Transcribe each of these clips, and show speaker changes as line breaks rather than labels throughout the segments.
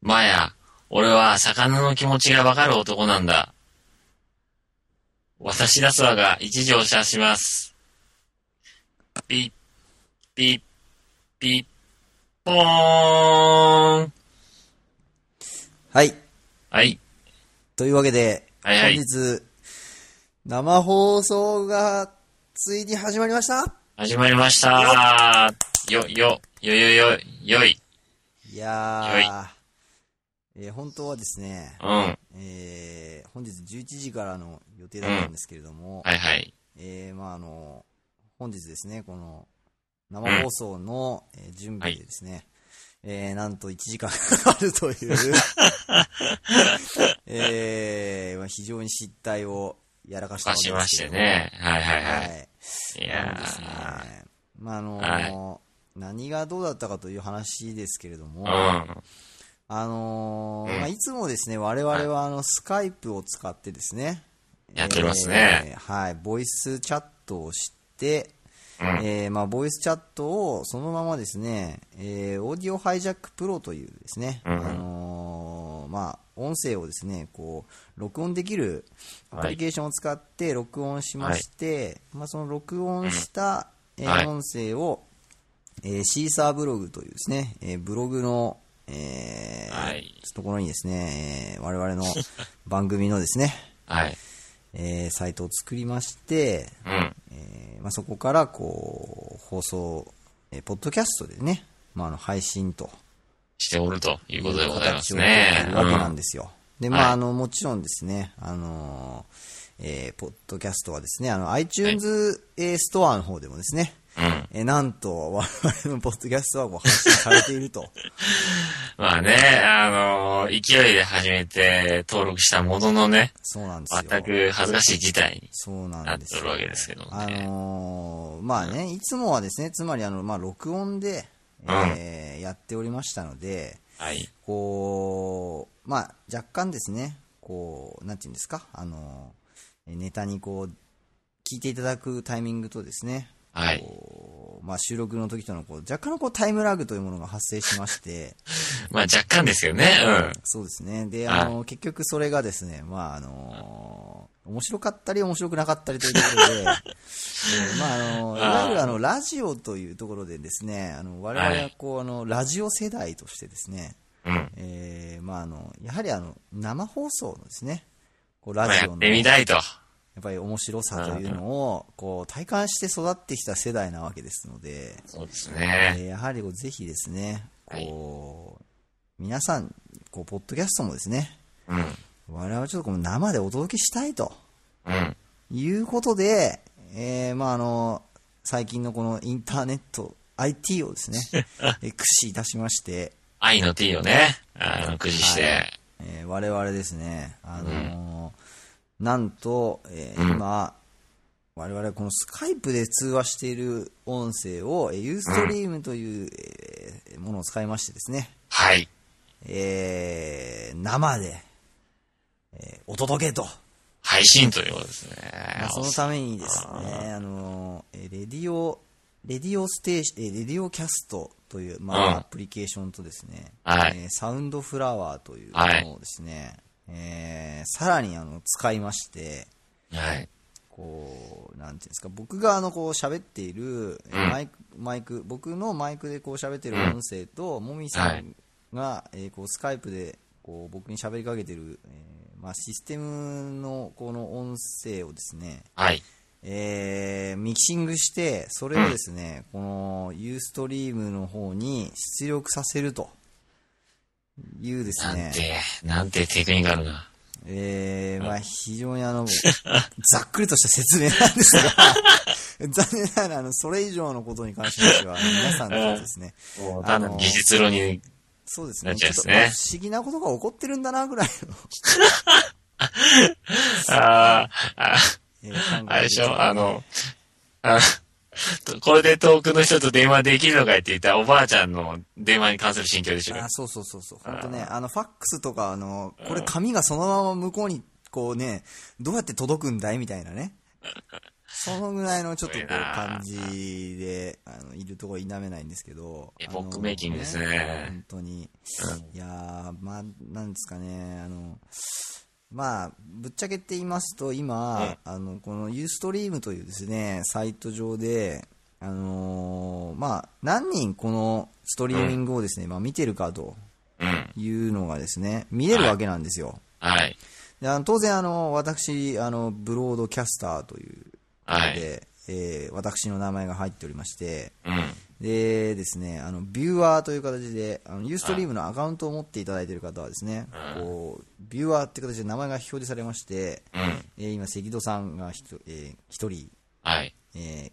マヤ、俺は魚の気持ちがわかる男なんだ。私ラスワが一乗車します。ピッ、ピッ、ピッ、ポーン。
はい。
はい。
というわけで、
はいはい
本日、生放送が、ついに始まりました
始まりました。よ、よ、よよよ、よい。
いやー、えー本当はですね、
うん。は
えー本日11時からの予定だったんですけれども、
いはい。
えーまああの、本日ですね、この、生放送の、えー準備でですね、えーなんと1時間 かかる という、えーまあ非常に失態をやらかした
貸
わ
し
け
まし
ですけ
て
れども
ね。はいはい
は。
はいい。い
な
や
のでですね
ー。、
まああの
は
何がどうだったかという話ですけれども、
うん。
あのー
うん
まあ、いつもですね、我々はあのスカイプを使ってですね、
やってますね
えーはい、ボイスチャットをして、
うん
えーまあ、ボイスチャットをそのままですね、えーオーディオハイジャックプロというですね、
うんうん
あのーまあ、音声をですね、こう、録音できるアプリケーションを使って録音しまして、まあ、その録音した、えー
はい
音声を、えーシーサーブログというですね、えーブログの、えー
はい
ところにですね、えー我々の番組のですね、
はい。
えーサイトを作りまして、
うん。
えーまあ、そこからこう放送、えーポッドキャストでね、まあ、あの配信と
しておるということでございます
を取って
ね。
いうる
ん
わけなんですよ。で、ま
は
あ、
い
あの、もちろんですね、あのーえーポッドキャストはですね、あの、iTunes えーストアの方でもですね、
うん。
えーなんと、我々のポッドキャストはもう配信されていると。
まあね、あのー勢いで始めて登録したもののね、
そうなんですよ。
全く恥ずかしい事態に
そうな
なんっ
で
て
す
お
よ
るわけですけど
あ
ね。
のーまあね、いつもはですね、つまりあの、まあ、録音で、えーやっておりましたので、
はい。
こう、まあ、若干ですね、こう、なんていうんですか、あの、えネタにこう、聞いていただくタイミングとですね、
はい。
こうまあ、収録の時とのこう若干のこうタイムラグというものが発生しまして、
まあ若干ですよね。
そうですね、で、
はい
あの、結局それがですね、まあ、あの、面白かったり面白くなかったりというとこ ろで、うんまあ、あの、いわゆるあの、ラジオというところでですね、あの、我々はこう、あの、ラジオ世代としてですね、
うん。うん。
えーまああの、やはりあの、生放送のですね、こう、
ま
ラ
あ
ジ
や
オ
っ
の、
てみ
や
たいと。
っぱり面白さというのを、こう、体感して育ってきた世代なわけですので、
そうです
え
ね。
ーやはりこうぜひですね、こう、皆さん、こう、ポッドキャストもですね、
うん。
我々はちょっとこの生でお届けしたいと
うん。
いうことで、えーまああの、最近のこのインターネット、IT をですね、 えー駆使いたしまして、
愛の T をね、あの、駆使して。
えー我々ですね、あのーなんと、えー
うん
今、我々このスカイプで通話している音声を、えー、ユーストリームという、えーものを使いましてですね、
はい。
えー生で、えーお届けと、
配信ということですね。
まあそのためにですね、あのーえーレディオ、レディオステーシ、えーレディオキャストという、まあ
うん
アプリケーションとですね、
はい
えーサウンドフラワーという
はい
ものをですね、えーさらにあの使いまして、
はい。
こう、なんていうんですか、僕があの、こう、喋っている、えーマイク、マイク、僕のマイクでこう喋ってる音声と、もみさんが、えーこう、スカイプで、こう、僕に喋りかけてる、えーまあ、システムの、この音声をですね、
はい。
えーミキシングして、それをですね、このユーストリームの方に出力させるというです
なん
ね、
て、なんてテクニカルな。
えーまあ非常にあ の、ざっくりとした説明なんですが、 残念ながらあの、それ以上のことに関しましては、あの皆さんちょっとですね、
もう
あ
単
の
なる技術論に、
そうです
な
ね、
っちゃ
ち
いま
ょっと
す
まあ
ね
不思議なことが起こってるんだな、ぐらいの、
あーあー、
えー考
あれ
え
で
で
しょあの、あ とこれで遠くの人と電話できるのかいって言ったおばあちゃんの電話に関する心境でしょ
あそうそうそうそう。本当ね、あの、ファックスとか、あの、これ紙がそのまま向こうに、こうね、どうやって届くんだいみたいなね。そのぐらいのちょっとこ
す
う
ごいな
感じで、あの、いるところ否めないんですけど。
エ
あの
ポックメイキングですね
本当に。いやーまあーなんですかね、あの、まあ、ぶっちゃけて言いますと、今、あの、このユーストリームというですね、サイト上で、あのーまあ、何人このストリーミングをですね、まあ見てるかと
うん。
いうのがですね、見れるわけなんですよ。
はい。
であの当然、あの、私、あの、ブロードキャスターということで、
はい
えー私の名前が入っておりまして、
うん。
でですね、あの、ビューアーという形で、あの、ユーストリームのアカウントを持っていただいている方はですね、こう、ビューアーって形で名前が表示されまして、
うん。
えー今、関戸さんがひと、えー一人、
はい。
えー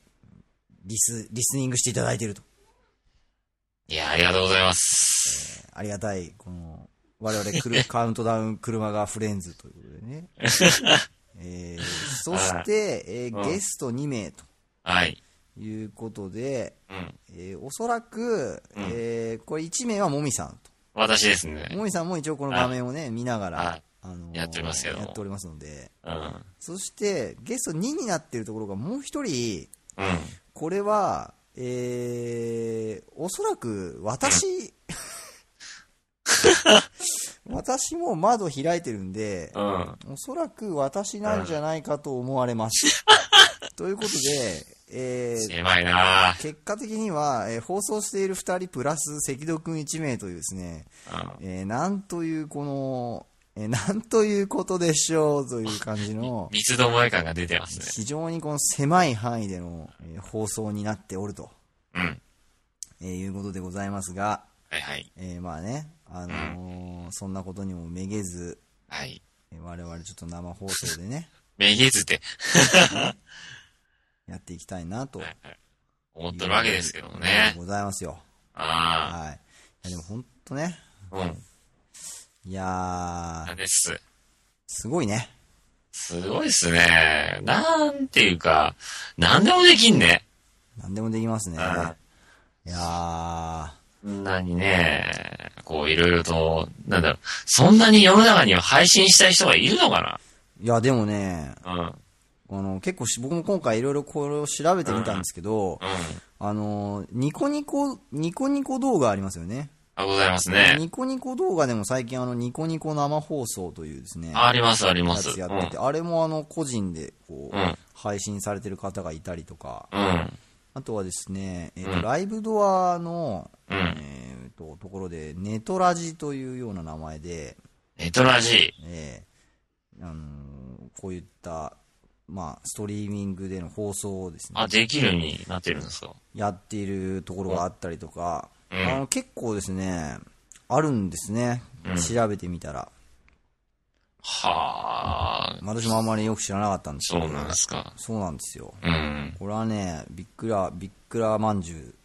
リス、リスニングしていただいていると。
いや、ありがとうございます。
ありがたい、この、我々クル、カウントダウン車がフレンズということでね。えーそして、えー
うん
ゲスト2名と
はい。
いうことで、
うん。
えーおそらく、えーこれ1名はもみさん
私です
と。
ね。
もみさんも一応この画面をね、見なが
は
ら
い、
あのー
やっておりますけど
やっておりますので。
うん。うん。
そして、ゲスト2になっているところがもう1人、これは、えー、おそらく 私、私も窓開いてるんで、
うん。
おそらく私なんじゃないかと思わ れます。ということで、えー
狭いなぁ。
結果的には、えー放送している2人プラス赤道くん1名というですね、
うん。
えーなんというこの、えーなんということでしょうという感 じの、
三つどもえ感が出てますね。
非常にこの狭い範囲での、えー放送になっておると、
うん。
えーいうことでございますが、
はいはい。
えーまあね、あのーそんなことにもめげず、
はい。
えー我々ちょっと生放送 でね、
めげずって
やっていきたいなと。
思っとるわけですけどもね。
ございますよ。
あ
はい。いやでも本当ね、
あ。うん。
いや
な
ー
ん、です。
すごいね。
すごいっすね。なんていうか、なんでもできんね。
何でもできますね。
あ
いやー、
そんなにね、こういろいろと、なんだろう、そんなに世の中には配信したい人がいるのか
いやでもね、
なうん。うん。
あの結構し僕も今回いろいろこれを調べてみたんですけど、あの、ニコニコ、ニコニコ動画ありますよね。
あ、ございますね。
ニコニコ動画でも最近あの、ニコニコ生放送というですね、
あります、ありま
や
す。
つ
う
や
ん。
ってて、あれもあの、個人でこう、
うん
配信されてる方がいたりとか、
うん。
あとはですね、えーと
うん
ライブドアの、
うん
えーと、ところで、ネトラジというような名前で、
ネトラジ
えーあのーこういった、まあ、ストリーミングでの放送をですね、
あ、できるようになってるんですか
やっているところがあったりとか、
うん
あの結構ですね、あるんですね、調べてみたら、
はあ、
私もあんまりよく知らなかったんですけ
そ
ど、
うなんですか。
そうなんですよ。
うん。
これはね、びっくら、びっくらまんじゅ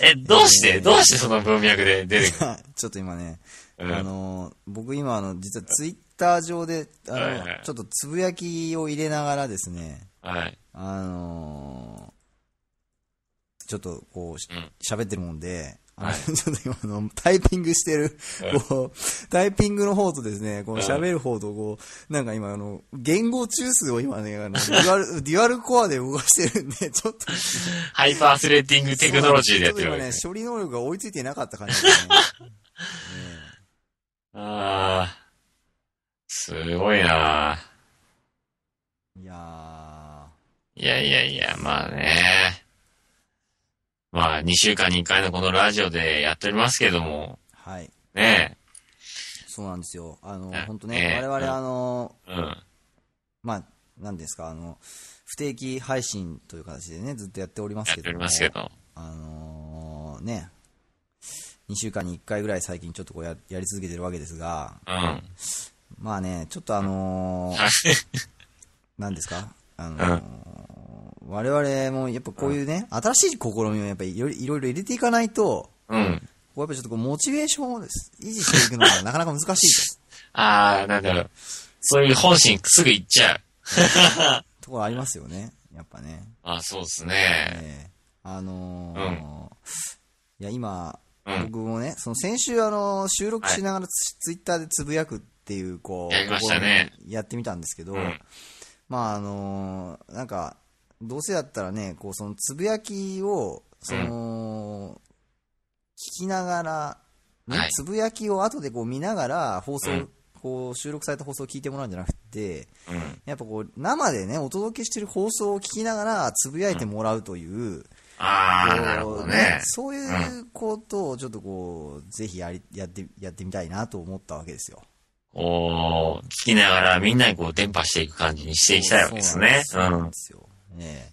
え、どうして、どうしてその文脈で出てく
う、 ちょっと今ね、
うん
あの僕今あの、実はツイッター上であの、
はいはい
ちょっとつぶやきを入れながらですね、
るはい。
あのちょっとこうし
うん、
喋ってるもんで、あの
はい
ちょっと今あの、タイピングしてる、こう、タイピングの方とですね、この喋る方とこう、なんか今あの、言語中枢を今 ね、あの、デュアル、デュアルコアで動かしてるんで、ちょっと、
ハイパースレッティングテクノロジーでやってる
ちょ
わけで
っと今ね
す、ね。
処理能力が追いついてなかった感 じですね。
ああ、すごいなあ
いやー、
いやいやいや、まあね。まあ、2週間に1回のこのラジオでやっておりますけども、
はい。
ね
そうなんですよ。あの
え、
本当
え
ね、
え
我々あの、
え。うん。
まあ、なんですか、あの、不定期配信という形でね、ずっとやっております
やっ
け
てお
ど
り
も、
ますけど。
あのーね、2週間に1回ぐらい最近ちょっとこうややり続けてるわけですが、
うん。
まあね、ちょっとあのー
はい
なんですか、あのー我々もやっぱこういうね、新しい試みをやっぱりいろいろいろ入れていかないと、
うん。
こうやっぱちょっとこうモチベーションをです維持していくのがなかなか難しいです
ああ、なんだろう。そういう本心すぐ行っちゃう。
ところありますよね、やっぱね。
あそうですね。
ええあのーいや今、
うん
僕もね、その先週、あのー収録しながらツ,、イッターでつぶやくっていう、こう、
やりましたね
試みやってみたんですけど、
うん
まあ、あのーなんか、どうせだったらね、こう、そのつぶやきを、その、聞ききながら、ね
はい
つぶやきを後でこう見ながら放送、こう収録された放送を聞いてもらうんじゃなくて、
うん。
やっぱこう生でねお届けしてる放送を聞きながらつぶやいてもらうという、
ああ、なる
こ
ほ
う
ど
ね
ね。
そういうことをちょっとこうぜひやりやってやってみたいなと思ったわけですよ。
おー聞きながらみんなにこう伝播していく感じにしていきたいわけですね。
そううなん
ん
で。すよ。ねえ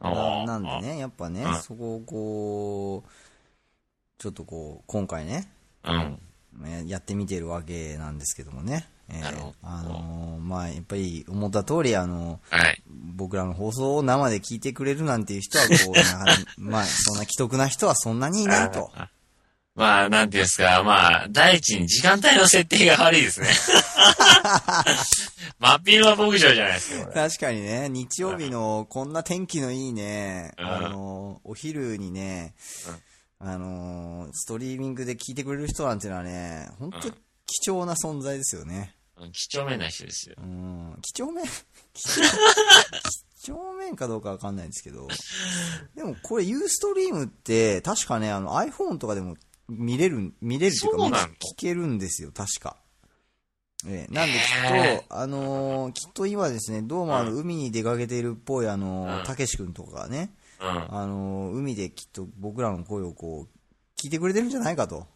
お
な
ー
なんでね、やっぱね、
うん
そこをこう、ちょっとこう、今回ね、
うん。
ねやってみてるわけなんですけどもね。えー
なるほど
あのーまあ、やっぱり思った通り、あの、
はい。
僕らの放送を生で聞いてくれるなんていう人は、 こう、なかなかまあ、そんな既得な人はそんなにいないと。
まあ、なんていうんですか、まあ、第一に時間帯の設定が悪い ですね。真っ昼間牧場じゃないですか、これ。
確かにね、日曜日のこんな天気のいいね、
うん
あのー、お昼にね、あのー、ストリーミングで聞いてくれる人なんていうのはね、本当
うん
貴重な存在ですよね。
うん几帳面な人ですよ。
うん、几帳面 几帳面かどうかわかんないんですけど、でもこれ、ユーストリームって、確かね、あの iPhone とかでも見れる、見れるっていう
そ
か、
うなの
聞けるんですよ、確か。ええなんできっ
へ
と、あのーきっと今ですね、どうもあの、
う
海に出かけているっぽい、あの
う
ー、
ん
たけし君とかがね、
うん。
あのー海できっと僕らの声をこう、聞いてくれてるんじゃないかと。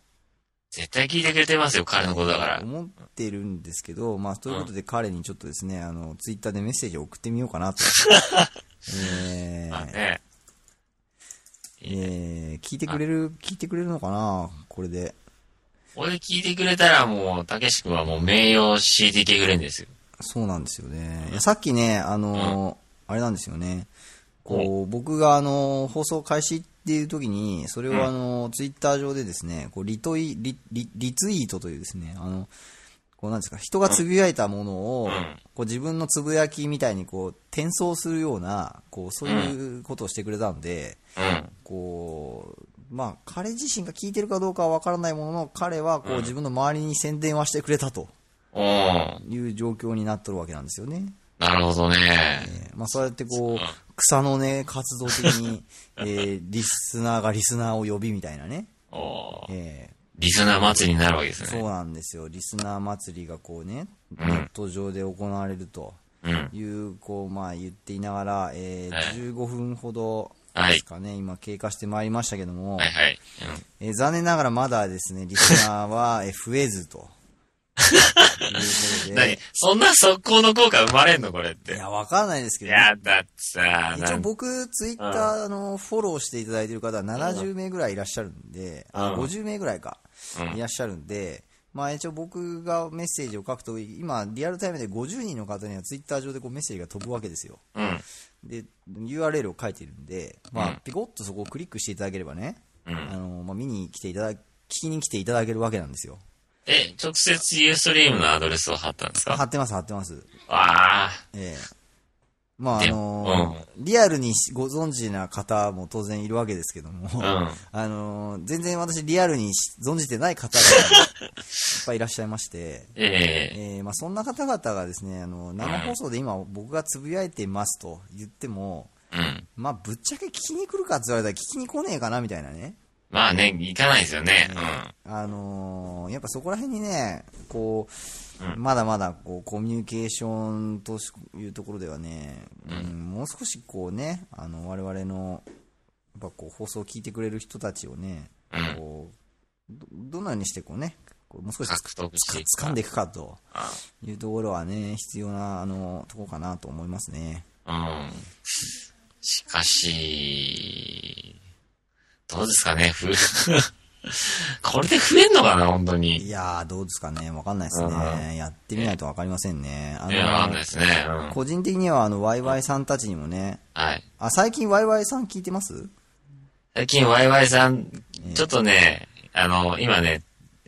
絶対聞いてくれてますよ、彼のことだから。
思ってるんですけど、まあ、ということで彼にちょっとですね、あの、ツイッターでメッセージを送ってみよう かなと。え
まあ
ー
ね。
えー聞いてくれる、聞いてくれるのかなこれで。
俺聞いてくれたらもう、たけし君はもう名誉 CDK グレンですよ。
そうなんですよね。いやさっきね、あの、あれなんですよね。こう、僕があの、放送開始っていう時に、それ
うん
をあの、ツイッター上でですね、こう、リトイ、リ、リ、リツイートというですね、あの、こうなんですか、人がつぶやいたものを、
うん
こう自分のつぶやきみたいにこう、転送するような、こう、そういうことをしてくれたんで、
うん。
こう、まあ、彼自身が聞いてるかどうかはわからないものの、彼はこう、自分の周りに宣伝はしてくれたと
おー
いう状況になっとるわけなんですよね。
なるほどね。
えーまあ、そうやってこう、草のね、活動的 に、えーリスナーがリスナーを呼びみたいなね。
おー
え
リスナー祭りになるわけで
ー
す
そう
ね。
なんですよ。リスナー祭りがこうね、ネ
うん
ット上で行われると
うん。
いう、こう、まあ言っていながら、えー
はい
15分ほど
はい
ですかね、今経過してまいりましたけども
は、いはい。
えー残念ながらまだですね、リスナーはえー増え ずと。いうこ
うん。何
とで、
そんな速攻の効果生まれんのこれっ
い
て。
や、わかんないですけ
い
どね、
や、だってさ、
一
な
応
ん
僕、ツイッターのフォローしていただいてる方は70名ぐらいいらっしゃるんで、あ
うん
50名ぐらいか
うん、
いらっしゃるんで、まあ一応僕がメッセージを書くと、今、リアルタイムで50人の方にはツイッター上でこうメッセージが飛ぶわけですよ。
うん。
で、URL を書いてるんで、
う
ま
ん
あ、ピコッとそこをクリックしていただければね、
うん
あの、まあ見に来ていただ、聞きに来ていただけるわけなんですよ。
え、直接ユーストリームのアドレスを貼ったんですか
貼ってます、貼ってます。
あ
ええ。まあ、あ
で
のーリアルにしご存知な方も当然いるわけですけども、
ん
あのー全然私リアルにし存じてない方 がいっぱいいらっしゃいまして、
ーえ
えーまあ、そんな方々がですね、あの生放送で今僕がつぶやいてますと言っても、
えうん。
まあ、ぶっちゃけ聞きに来るかって言われたら聞きに来ねえかなみたいなね。
まあね、行かないですよね。
あのーやっぱそこら辺にね、こう、
う
まだまだこうコミュニケーションというところではね、うんもう少しこうね、あの我々のやっぱこう放送を聞いてくれる人たちをね、
うん
こうどどのようにしてこうね、こうもう少
うん。
し
獲得していく
掴んでいくかと
あ
いうところはね、必要なあのとこかなと思いますね。
うん。しかし、どうですかね、ふ、これで増えんのかな、本当
い
に。
やー、どうですかね、わかんないです
う
ね。やってみないとわかりませんね。あ
いや、わかんない
の
ですね。うん
個人的にはあのワイワイさんたちにもね、
はい。
あ、最近ワイワイさん聞いてます
最近、ワイワイさん、ちょっとね、あの、今ね、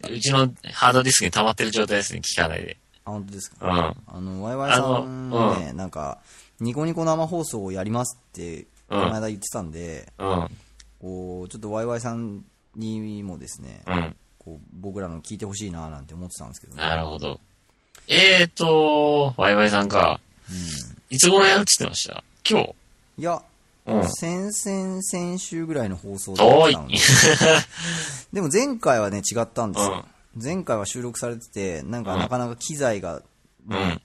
うちのハードディスクに溜まってる状態ですね、聞かないで。
あ、本当ですか。
うん。うん。
あの、ワイワイさん
あの
ね、なんか、ニコニコ生放送をやりますって、
う
こ
ん
の間言ってたんで、
うん。
こう、ちょっとワイワイさんにもですね、
うん。
こう、僕らの聞いてほしいななんて思ってたんですけどね、
なるほど。えーと、ワイワイさんか。いつ頃やるって言ってました今日
いや、
うん。
先々先週ぐらいの放送だっ
遠
たので
い。
でも前回はね、違ったんですよ。
う
前回は収録されてて、なんかなかなか機材が、
うん。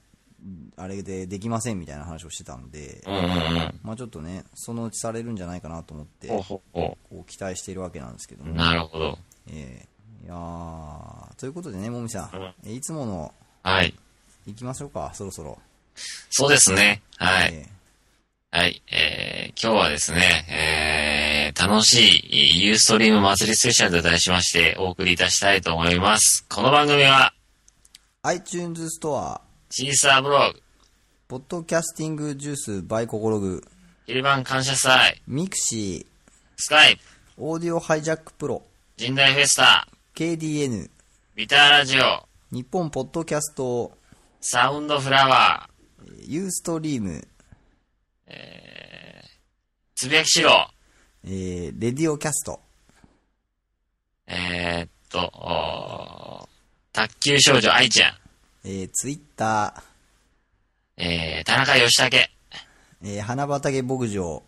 あれでできませんみたいな話をしてたので、
うんうんうん。
まあちょっとね、そのうちされるんじゃないかなと思って、
ほう
こ
ほうほ
う期待しているわけなんですけど
う。
も。
なるほど。
ええいやーということでね、もみさん、えいつもの、
はい。
行きましょうか、そろそろ。
そうですね。はい。
え
はい。えー、今日はですね、えー、楽しいユーストリーム祭りスペシャルと題しましてお送りいたしたいと思います。この番組は、
ー iTunes ストア、
シーサーブログ、
ポッドキャスティングジュースバイココログ、
昼晩感謝祭、
ミクシー、
スカイプ、
オーディオハイジャックプロ、
神代フェスタ、
KDN、
ビターラジオ、
日本ポッドキャスト、
サウンドフラワー、
ユーストリーム、
つぶやきしろ、
えー、レディオキャスト、
えー、っと、おー卓球少女愛ちゃん、
えー、ツイッタ
えー、田中義武、
ー、えー、花畑牧場、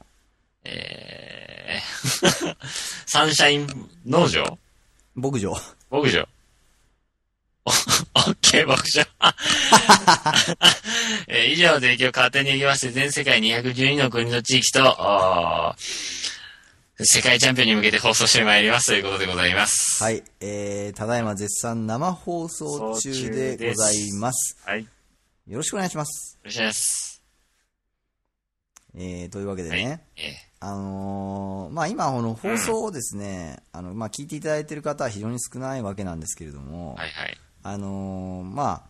えー、 サンシャイン農場
牧場、
牧場。 オッケー、牧場。 えー以上、提供勝手に行きまして、全世界212の国の地域と、おー世界チャンピオンに向けて放送してまいりますということでございます。
はい、えー、ただいま絶賛生放送中でございます。
はい。よ
よろしくお願いします。
ろしくお願いします。
えー、というわけでね、
えー
あのーまあ、今、この放送をですね、あのまあ、聞いていただいている方は非常に少ないわけなんですけれども、
はいはい。
あのーまあ、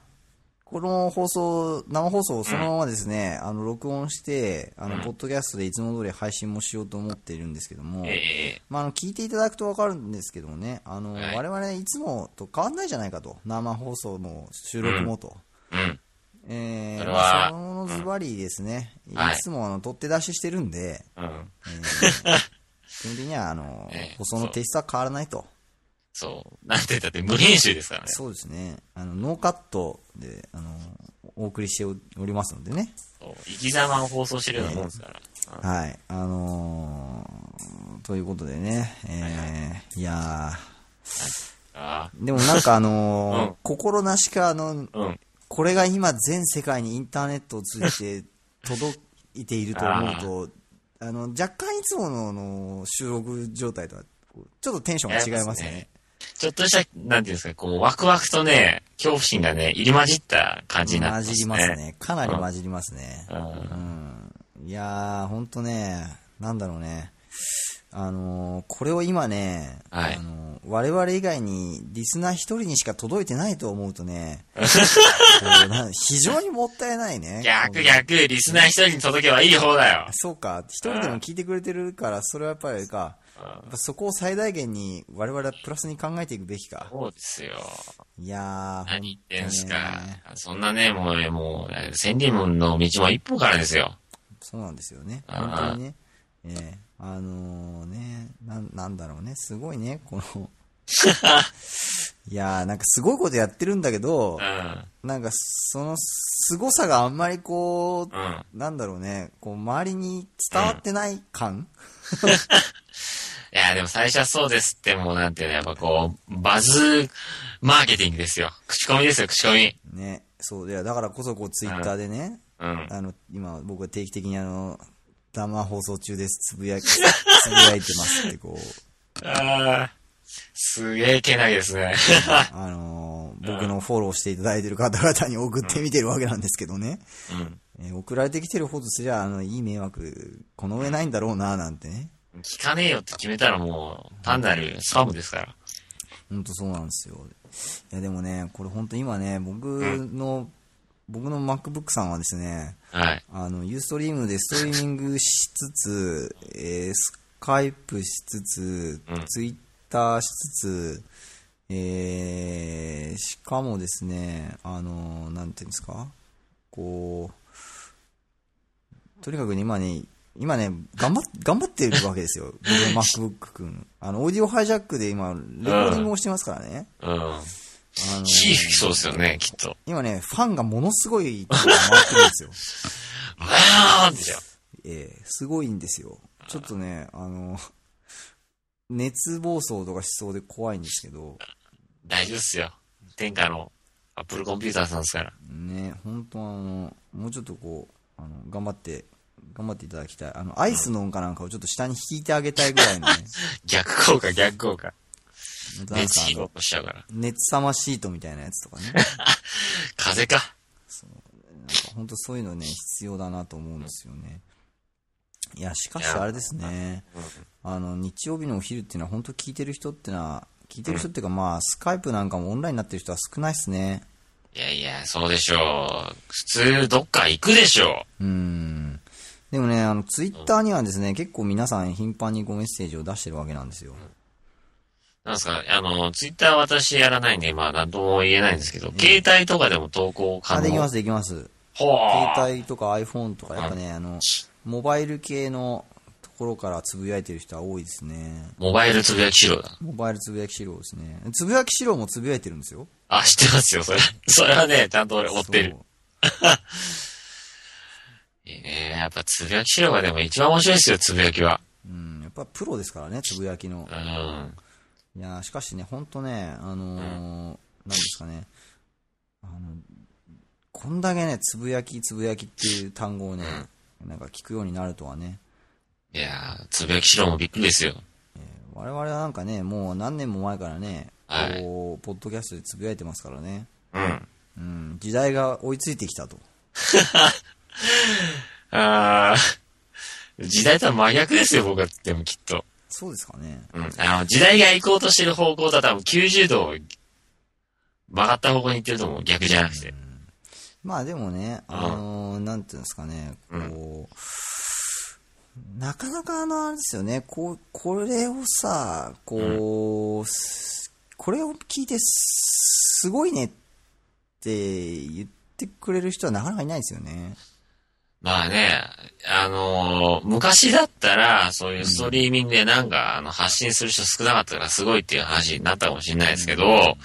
この放送、生放送をそのままですね、あの録音して、あのポッドキャストでいつも通り配信もしようと思っているんですけども、
え
まあ、あの聞いていただくと分かるんですけどもね、あの
はい
我々いつもと変わんないじゃないかと、生放送も収録もと。
ー、うん。
え
それ
ーま
は
あそのズバリですね、い
はい
つもあの取って出ししてるんで、
うん。
基本的には、あの
ええ、
放送のテイストは変わらないと。
そう。なんて言ったって無編集ですからね。
そうですね。あの、ノーカットで、あの、お送りしておりますのでね。
そう生き様を放送してるようなもんですから。
はい。あのーということでね。えーいや
あ
ーでもなんか あ
う
の
ん
ー心なしか、あの、
あ。うん。
これが今全世界にインターネットを通じて届いていると思うと、あの、若干いつものあの収録状態とは、こうちょっとテンションが違いますよね。
ちょっとした、なんていうんですか、こう、ワクワクとね、恐怖心がね、入り混じった感じになってますね。
混じります。ね。かなり混じりますね。
うん。
うんいやー、ほんとね、なんだろうね。あのーこれを今ね、
はい
あのー我々以外にリスナー一人にしか届いてないと思うと ね、こうな非常にもったいないね。
逆逆、リスナー一人に届けばいい方だよ。
そうか、一人でも聞いてくれてるから、それはやっぱりか、やっぱそこを最大限に我々はプラスに考えていくべきか。
そうですよ。
いやー、ほん
何言ってんすか
ね。
そんなね、もう、もう、千里門の道も一歩からですよ。
そうなんですよね。
あー
本当にね。ええあのねなん、なんだろうね。すごいね、こ の。いやー、なんかすごいことやってるんだけ
う、
ど
ん。
なんかその凄さがあんまりこう、
うん。
なんだろうね、こう周りに伝わってない感、
いや、でも最初はそうですって、もうなんていうの、やっぱこう、バズマーケティングですよ。口コミですよ、口コミ。
ね。そう、いや、だからこそこうツイッターでね、
うん。
あの、今僕は定期的にあの、生放送中です、つぶ やき、つぶやいてますってこう。
ああ、すげえけなげですね。
あのー僕のフォローしていただいてる方々に送ってみてるわけなんですけどね、
うん。
えー送られてきてるほどすりゃあのいい迷惑この上ないんだろうななんてね
聞かねえよって決めたらもう、単なるスパムですから。
ほんとそうなんですよいやでもねこれ本当今ね僕の、僕の MacBook さんはですね
はい。
あの Ustream でストリーミングしつ つ、えースカイプしつつ、
うん
ツイッターしつつ、えーしかもですね、あのーなんていうんですか、こう、とにかくね、今ね、今ね、頑張っ、頑張ってるわけで すよ。僕の MacBook 君。あの、オーディオハイジャックで今、レコーディングをしてますからね。
うん。
あのー
火吹きそうですよね、きっと。
今ね、ファンがものすごい、回ってるんですよ。
わーんですよ。
ええすごいんですよ。ちょっとね、あの、熱暴走とかしそうで怖いんですけど、
大丈夫っすよ。天下のアップルコンピューターさんですから。
ね、本当あの、もうちょっとこう、あの、頑張って、頑張っていただきたい。あの、アイスの音かなんかをちょっと下に引いてあげたいぐらいのね、
逆効果、逆効果。
本当なんか
熱
あ
火を
の
起こしちゃうから。
熱さまシートみたいなやつとかね、
風か。
なんか本当そういうのね、必要だなと思うんですよね。いや、しかしあれですね、あの、日曜日のお昼っていうのは本当聞いてる人ってのは、聞いてる人っていうかまあ、スカイプなんかもオンラインになってる人は少ないですね。
いやいや、そうでしょう。普通、どっか行くでしょ
うーんでもね、あの、ツイッターにはですね、結構皆さん頻繁にごメッセージを出してるわけなんですよ。
う。なんですか、あの、ツイッター私やらないんで、まあ、なんとも言えないんですけど、携帯とかでも投稿可
あ、
能。
できます、できます。
ほー。
携帯とか iPhone とか、やっぱね、あの、モバイル系のところからつぶやいてる人は多いですね。
モバイルつぶやきしろだ。
モバイルつぶやき資料ですね。つぶやき資料もつぶやいてるんですよ。
あ、知ってますよ、そ れ。それはね、ちゃんと俺追ってる
そ。う
いいね。やっぱつぶやきしろがでも一番面白いですよ、つぶやきは。
うん、やっぱプロですからね、つぶやきの
う。ん。
いやーしかしね、ほんとね、あのーなんですかね、あの、こんだけね、つぶやき、つぶやきっていう単語をね、なんか聞くようになるとはね、
いやー、つぶやきしろもびっくりですよ。
我々はなんかね、もう何年も前からね、
はい
こう、ポッドキャストでつぶやいてますからね、
うん。
うん、時代が追いついてきたと。
あー、 時代とは真逆ですよ、僕は。でもきっと。
そうですかね。
うん。あの、時代が行こうとしてる方向とは多分90度曲がった方向に行ってると思う。逆じゃなくて。
まあでもね、あのーなんていうんですかね、こう、なかなかあの、あれですよね、こう、これをさ、こう、すこれを聞いて、すごいねって言ってくれる人はなかなかいないですよね。
まあね、あのー昔だったら、そういうストリーミングでなんか、あの、発信する人少なかったからすごいっていう話になったかもしれないですけど、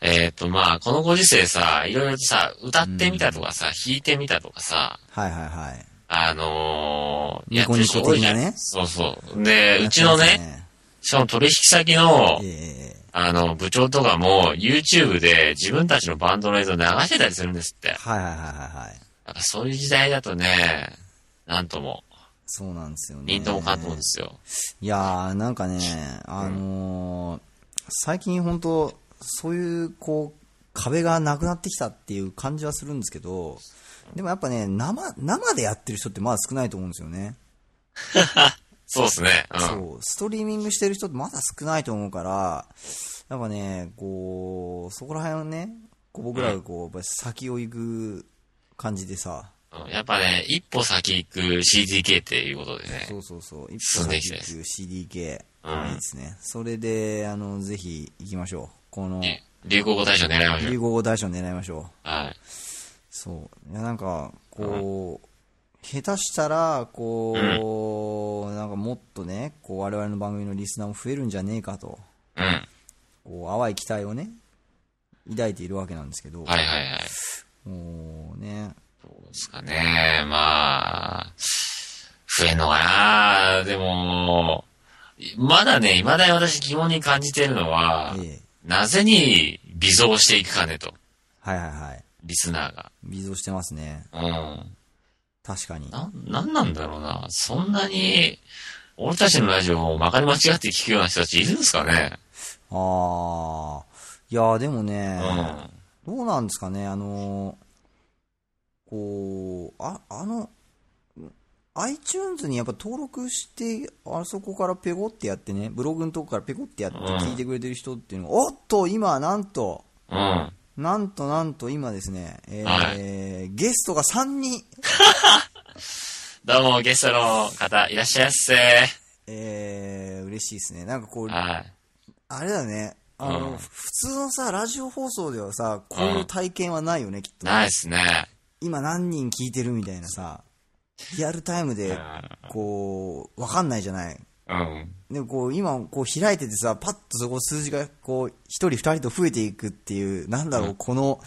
えっ、と、まあ、このご時世さ、いろいろとさ、歌ってみたとかさ、弾いてみたとかさ、
はいはいはい。
あのー、
ニコニコ的なね
やってる人多いじゃんそうそう。で、うちの
やって
ね、しかも取引先の
ますね、、ええ
あの、部長とかも、YouTube で自分たちのバンドの映像流してたりするんですって。
はいはいはいはいはい。
なんかそういう時代だとね、なんとも、
そうなんですよね。
忍ともかんともですよ。
いやー、なんかね、あのー最近本当、そういう、こう、壁がなくなってきたっていう感じはするんですけど、でもやっぱね、生、生でやってる人ってまだ少ないと思うんですよね。
そうですね。うん。
そう、ストリーミングしてる人ってまだ少ないと思うから、やっぱね、こう、そこら辺をね、こう僕らがこう、やっぱり先を行く感じでさ、
うんやっぱね、一歩先行く CDK っていうことでね。
そうそうそう、一
進
歩
んでい
先
きたいで
行く CDK、
うん
いいですね。それで、あの、ぜひ行きましょう。この、
ね流行語大賞狙いましょう
流。行語大賞狙いましょう。
はい。
そう。いや、なんか、こう、下手したら、こう、なんかもっとね、こう、我々の番組のリスナーも増えるんじゃねえかと、
うん。はい
こう、淡い期待をね、抱いているわけなんですけど、
はいはい。
もうね、
そうですかね。まあ、増えんのかな。でも、まだね、未だに私疑問に感じてるのは、
ええ、
なぜに微増していくかねと、
はいはいはい。
リスナーが。
微増してますね。
うん。
確かに。
な、なんなんだろうな。そんなに、俺たちのラジオをまかり間違って聞くような人たちいるんですかね。
ああ、いやーでもね
う、ん。
どうなんですかね、あのーこう、あ、あの、iTunes にやっぱ登録して、あそこからペコってやってね、ブログのとこからペコってやって聞いてくれてる人っていうのが、おっと、今、なんと、
うん。
なんとなんと今ですね、えー
は
ゲストが3人、
どうも、ゲストの方、いらっしゃいませ。
えー、嬉しいですね。なんかこう、
はい。
あれだね、あの、
うん
普通のさ、ラジオ放送ではさ、こういう体験はないよね、きっと。
ないですね。
今何人聞いてるみたいなさ、リアルタイムで、こう、わかんないじゃない。
うん。
でもこう、今、こう開いててさ、パッとそこ数字が、こう、一人二人と増えていくっていう、なんだろう、この、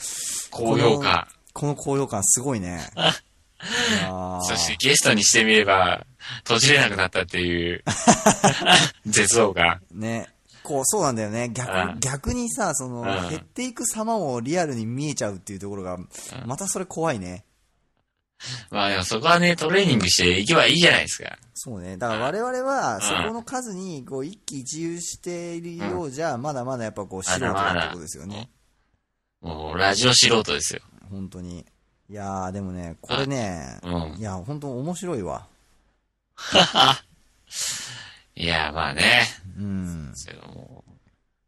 高評価。
この。この高揚感すごいね。いやー
そしてゲストにしてみれば、閉じれなくなったっていう 絶望感。
ね。こう、そうなんだよね。
うん
逆逆にさ、その、
ん
減っていく様もリアルに見えちゃうっていうところが、またそれ怖いね。
まあでもそこはね、トレーニングしていけばいいじゃないですか。
そうね。だから我々は、そこの数に、こう、一喜一憂しているようじゃ、まだまだやっぱこう、素人だってことですよね。
もう、ラジオ素人ですよ。
本当に。いやー、でもね、これね、
うん
いや、本当面白いわ。
いや、まあね。
うん。
ですけども。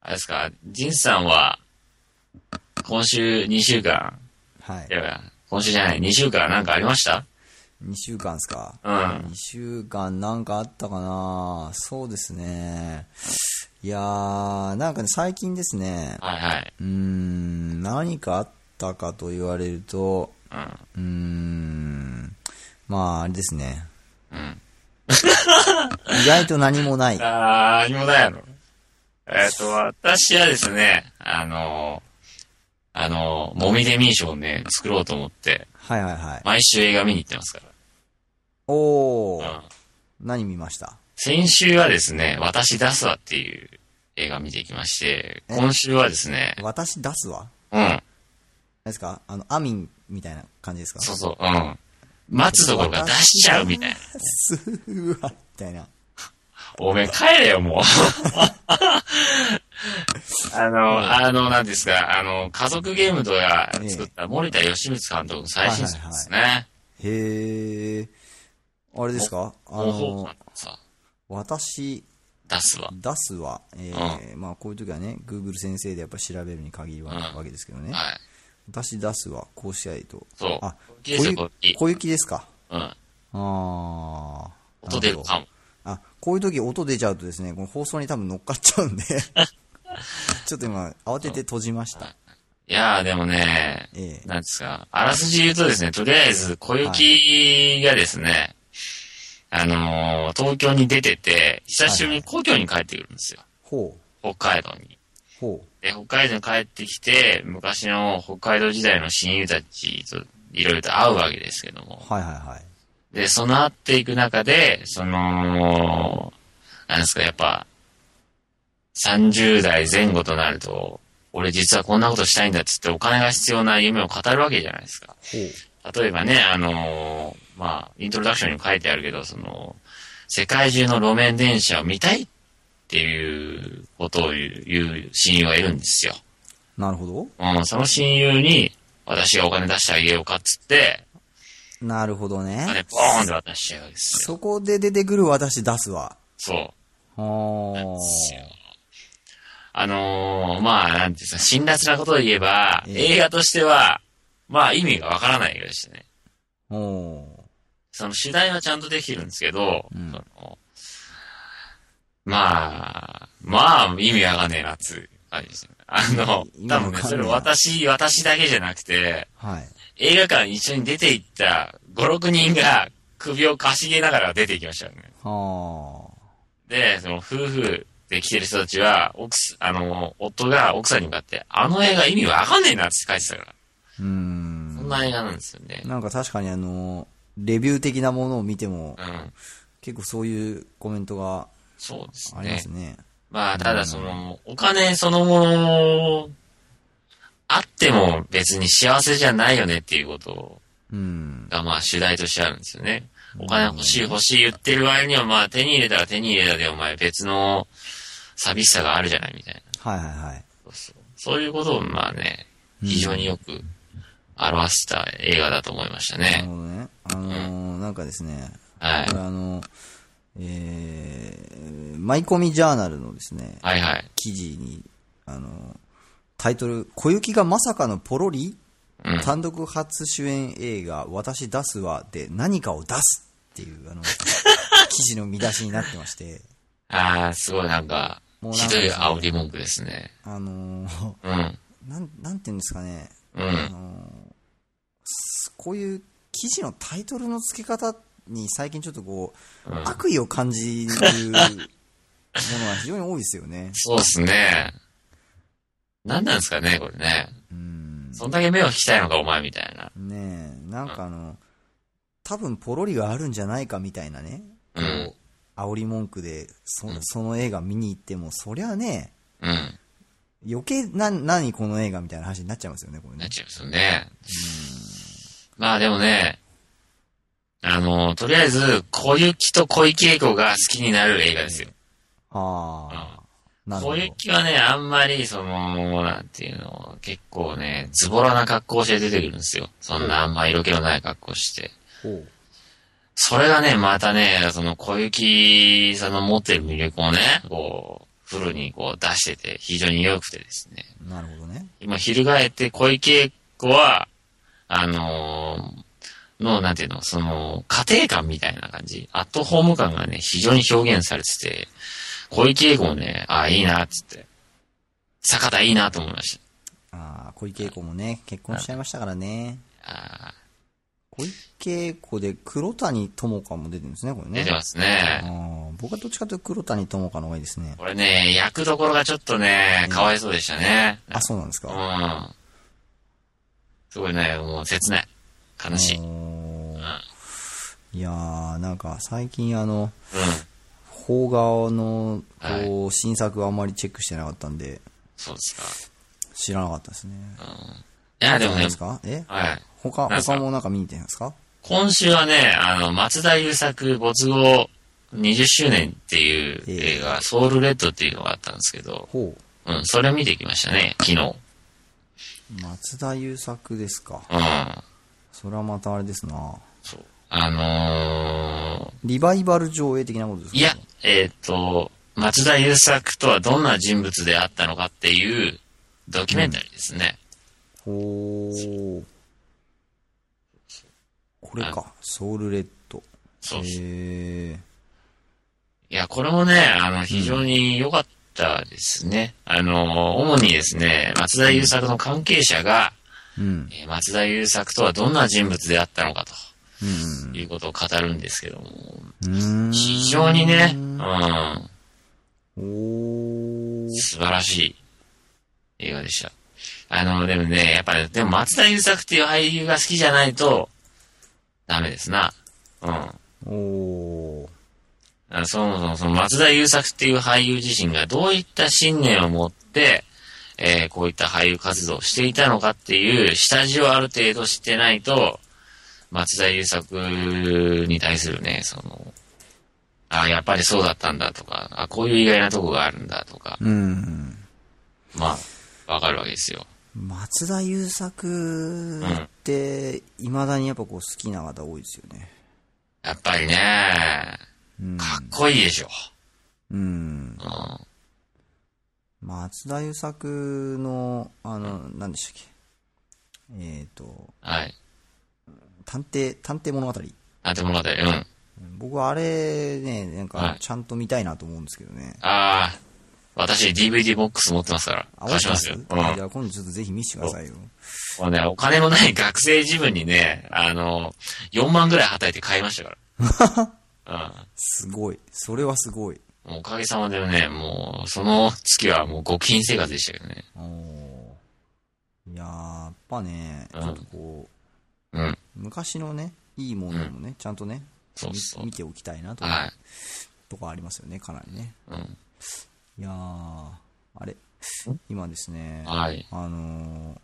あれですか、ジンさんは、今週2週間、
はい
い。やいや、今週じゃない、2週間なんかありました
2週間ですか。
うん
2週間なんかあったかなそうですね。いやー、なんかね、最近ですね、
はいはい。
うーん、何かあったかと言われると、
うん。
うーん、まあ、あれですね。
ん
意外と何 もない。
あー、何もないやろ。えっ、と、私はですね、あのー、あのー、もみで民賞をね、作ろうと思って、
はいはいはい。
毎週映画見に行ってますか
お
ら。
ー、
うん。
何見ました
先週はですね、私出すわっていう映画見てきまして、
え
今週はですね、
私出すわ。
うん。
何ですかあの、アミンみたいな感じですか
そうそう、うん。待つところが出しちゃうみたいな。
すーわ、みたいな。
おめえ帰れよ、 もう。あの、あの、なんですか、あの、家族ゲームとか作った森田義満監督の最新作ですね。
へえ。あれですかあ
模倣
の
感、さ、
私、
出すわ。
出すは、えーまあこういう時はね、Google 先生でやっぱ調べるに限りは
う
なんわけですけどね。
はい。
私出すは、こうしないと。
そう。
あ、
いいですよ、こ
小
っち
雪。小雪ですか
うん。
あー。
音出る
なほ
かも。
どあ、こういう時音出ちゃうとですね、この放送に多分乗っかっちゃうんで。 ちょっと今、慌てて閉じました。
いやー、でもね、
ええ
なんですか、あらすじ言うとですね、とりあえず、小雪がですね、あのー東京に出てて、久しぶりに故郷に帰ってくるんですよ。
ほう、
北海道に。
ほ
で、北海道に帰ってきて、昔の北海道時代の親友たちといろいろと会うわけですけども。
う。はいはいはい。
で、その会っていく中で、その、なんですか、やっぱ、30代前後となると、俺実はこんなことしたいんだっつってお金が必要な夢を語るわけじゃないですか。
ほう。
例えばね、あのーまあ、イントロダクションにも書いてあるけど、その、世界中の路面電車を見たいっていうことを言う言う親友がいるんですよ。
なるほど。
うん、その親友に、私がお金出してあげようかっつって、
なるほどね
お。金ボーンって渡しちゃうわけですよ。
そこで出てくる私出すわ。
そう。
ほー。
あのー、まあ、なんていうんですか、辛辣なことを言えば、
ええ
映画としては、まあ、意味がわからない映画でしたね。
お
その主題はちゃんとできてるんですけど、
うん
そのまあ、まあ、意味わかんねえなっつう感じですね。あの
意、味
多分
わかんね
ね、
えな
それ私、私だけじゃなくて、
はい。
映画館一緒に出て行った5、6人が首をかしげながら出て行きましたよね。
は
で、その夫婦で来てる人たちは、奥す、あの、夫が奥さんに向かって、あの映画意味わかんねえなって書いてたから。
ー。うーん。
そんな映画なんですよね。
なんか確かにあの、レビュー的なものを見ても
う、ん。
結構そういうコメントが
そうです
ありま
ね
す。ね。
まあ、ただその、お金そのもの、あっても別に幸せじゃないよねっていうこと
うん。
が、まあ主題としてあるんですよね。お金欲しい欲しい言ってる割には、まあ手に入れたら手に入れたでお前別の寂しさがあるじゃないみたいな。
はいはいはい。
そうそうそういうことを、まあね、非常によく表した映画だと思いました
なる
ね。
ほどね。あのー、なんかですね、
はい
こ。れあの、えー、マイコミジャーナルのですね、
はいはい。
記事に、あの、タイトル、小雪がまさかのポロリ、
うん
単独初主演映画、私出すわで何かを出すってい う、あの、記事の見出しになってまして、
ああ、すごいなんか、
もうなん
ひ
か
どい煽り文句ですね。
あのー
うん。
なん、なんていうんですかね、
う
あ
ん。
のーすこういう記事のタイトルの付け方に最近ちょっとこう、
うん
悪意を感じるものが非常に多いですよね。
そうですね。何なんですかね、これね。
うん。
そんだけ目を引きたいのか、お前みたいな。
ねえ、なんかあの、多分ポロリがあるんじゃないかみたいなね、こう、煽り文句で、そその映画見に行っても、そりゃね、
うん。
余計な、何この映画みたいな話になっちゃいますよね、これ
なっ
ね。
ちゃいますよね。まあでもね、あの、とりあえず、小雪と小池栄子が好きになる映画ですよ。
ああ、なる
小
ほど。
雪はね、あんまり、その、なんていうの、結構ね、ズボラな格好をして出てくるんですよ。そんなあんま色気のない格好して。
ほう
それがね、またね、その小雪さんの持ってる魅力をね、こう、フルにこう出してて、非常に良くてですね。
なるほどね。
今、翻って小池栄子は、あのーの、なんていうの、その、家庭感みたいな感じ、アットホーム感がね、非常に表現されてて、小池栄子もね、ああ、いいな、っつって。坂田いいなと思いまし
ああ、小池栄子もね、結婚しちゃいましたからね。
た。ああ、
小池栄子で黒谷友香も出てるんですね、これね。
出てます
あ
ね。
ー僕はどっちかというと黒谷友香の方がいいですね。
これね、役どころがちょっとね、かわいそうでしたね。
あ、そうなんですか。
うん。すごいね、もう切ない。悲しい。うん。
おーいやー、なんか最近あの、邦画のこう新作はあんまりチェックしてなかったんで、
そうです
知らなかったですね。
か。うん。いや、でも
そう
ね
で、すかえ
はい。
他、
なんすか
他もなんか見に行ってるんですか
今週はね、あの、松田優作没後20周年っていう映画、ソウルレッドっていうのがあったんですけど、
ほ
うん、それ見てきましたね、昨日。
う。松田優作ですか。
うん。
それはまたあれですな。
そう。あの
リバイバル上映的なことです
ー、
か
いや、えっ、と、松田優作とはどんな人物であったのかっていうドキュメンタリーですね。
ほー。これか。ソウルレッド。
そうそう
へー。
いや、これもね、あの、非常に良かったですね。あの、主にですね、松田優作の関係者が、
うん。うん
えー松田優作とはどんな人物であったのかということを語るんですけども、
うんうん。うーん。
非常にね、うん、
おー。
素晴らしい映画でした。あの、でもね、やっぱり、でも松田優作っていう俳優が好きじゃないと、ダメですな。うん。
おー。
あそもそもその松田優作っていう俳優自身がどういった信念を持って、えーこういった俳優活動をしていたのかっていう下地をある程度知ってないと、松田優作に対するね、その、あやっぱりそうだったんだとか、あこういう意外なとこがあるんだとか、
うん。
まあ、わかるわけですよ。
松田優作って、いまだにやっぱこう好きな方多いですよね。
やっぱりね、
うん。
かっこいいでしょ。
うん。
うん。
松田優作の、あの、何でしたっけ。えっ、ー、と、
はい。
探偵、探偵物語。
なんてもので、うん。
僕はあれね、な
は
んか
い、
ちゃんと見たいなと思うんですけどね。
ああ、私 DVD ボックス持ってますから、
あ
貸しますよ。うん。
じゃあ今度ちょっとぜひ見せてくださいよ。
もうね、お金のない学生自分にね、あの、4万ぐらいはたいて買いました から。
すごい。それはすごい。
うん。もうおかげさまでね、もう、その月はもうご金生活でしたけどね。
おーいやーやっぱね、ち
うん
ょっとこ
うん。
う、昔のね、いいものもね、ちゃんとね、
そうそう
見。ておきたいなと
は
か、
い。
とかありますよね、かなりね。
うん。
いやー、あれ、今ですね、
はい。
あの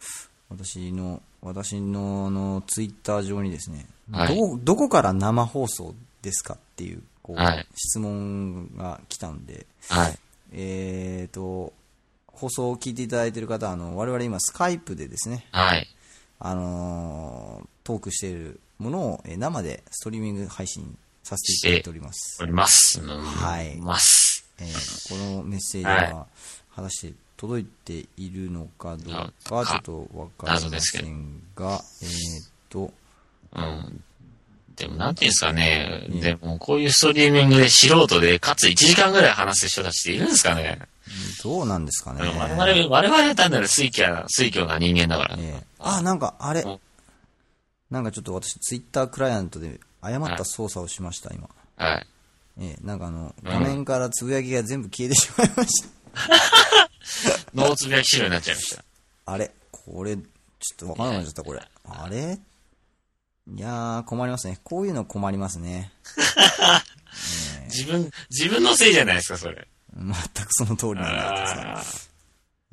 ー私の、私のあのツイッター上にですね、
はい
どこどこから生放送ですかっていうこう、
はい
質問が来たんで、
はい。
えーと、放送を聞いていただいている方、あの我々今、スカイプでですね、
はい。
あのートークしているものをえー生でストリーミング配信させていただいております
お。ります。うん
はい
ます。
えーこのメッセージ
は
は果たして届いているのかどうかちょっとわかりませんが、えーっと、
うん。でも、なんていうんですかね。でも、こういうストリーミングで素人で、かつ1時間ぐらい話す人たちっているんですかね。
どうなんですかね。
うん我々、我々は単なる水虚な、水虚な人間だから。
えーあ、なんかあれ
うん、
なんかちょっと私、ツイッタークライアントで誤った操作をしました、今。
はい。
えーなんかあの、画面からつぶやきが全部消えてしまいました。
脳つぶやき資料になっちゃいました。
あれこれ、ちょっとわからなくなっちゃった、これ。あれいやー、困りますね。こういうの困りますね。
自分、自分のせいじゃないですか、それ。
全くその通りなんだけどさ。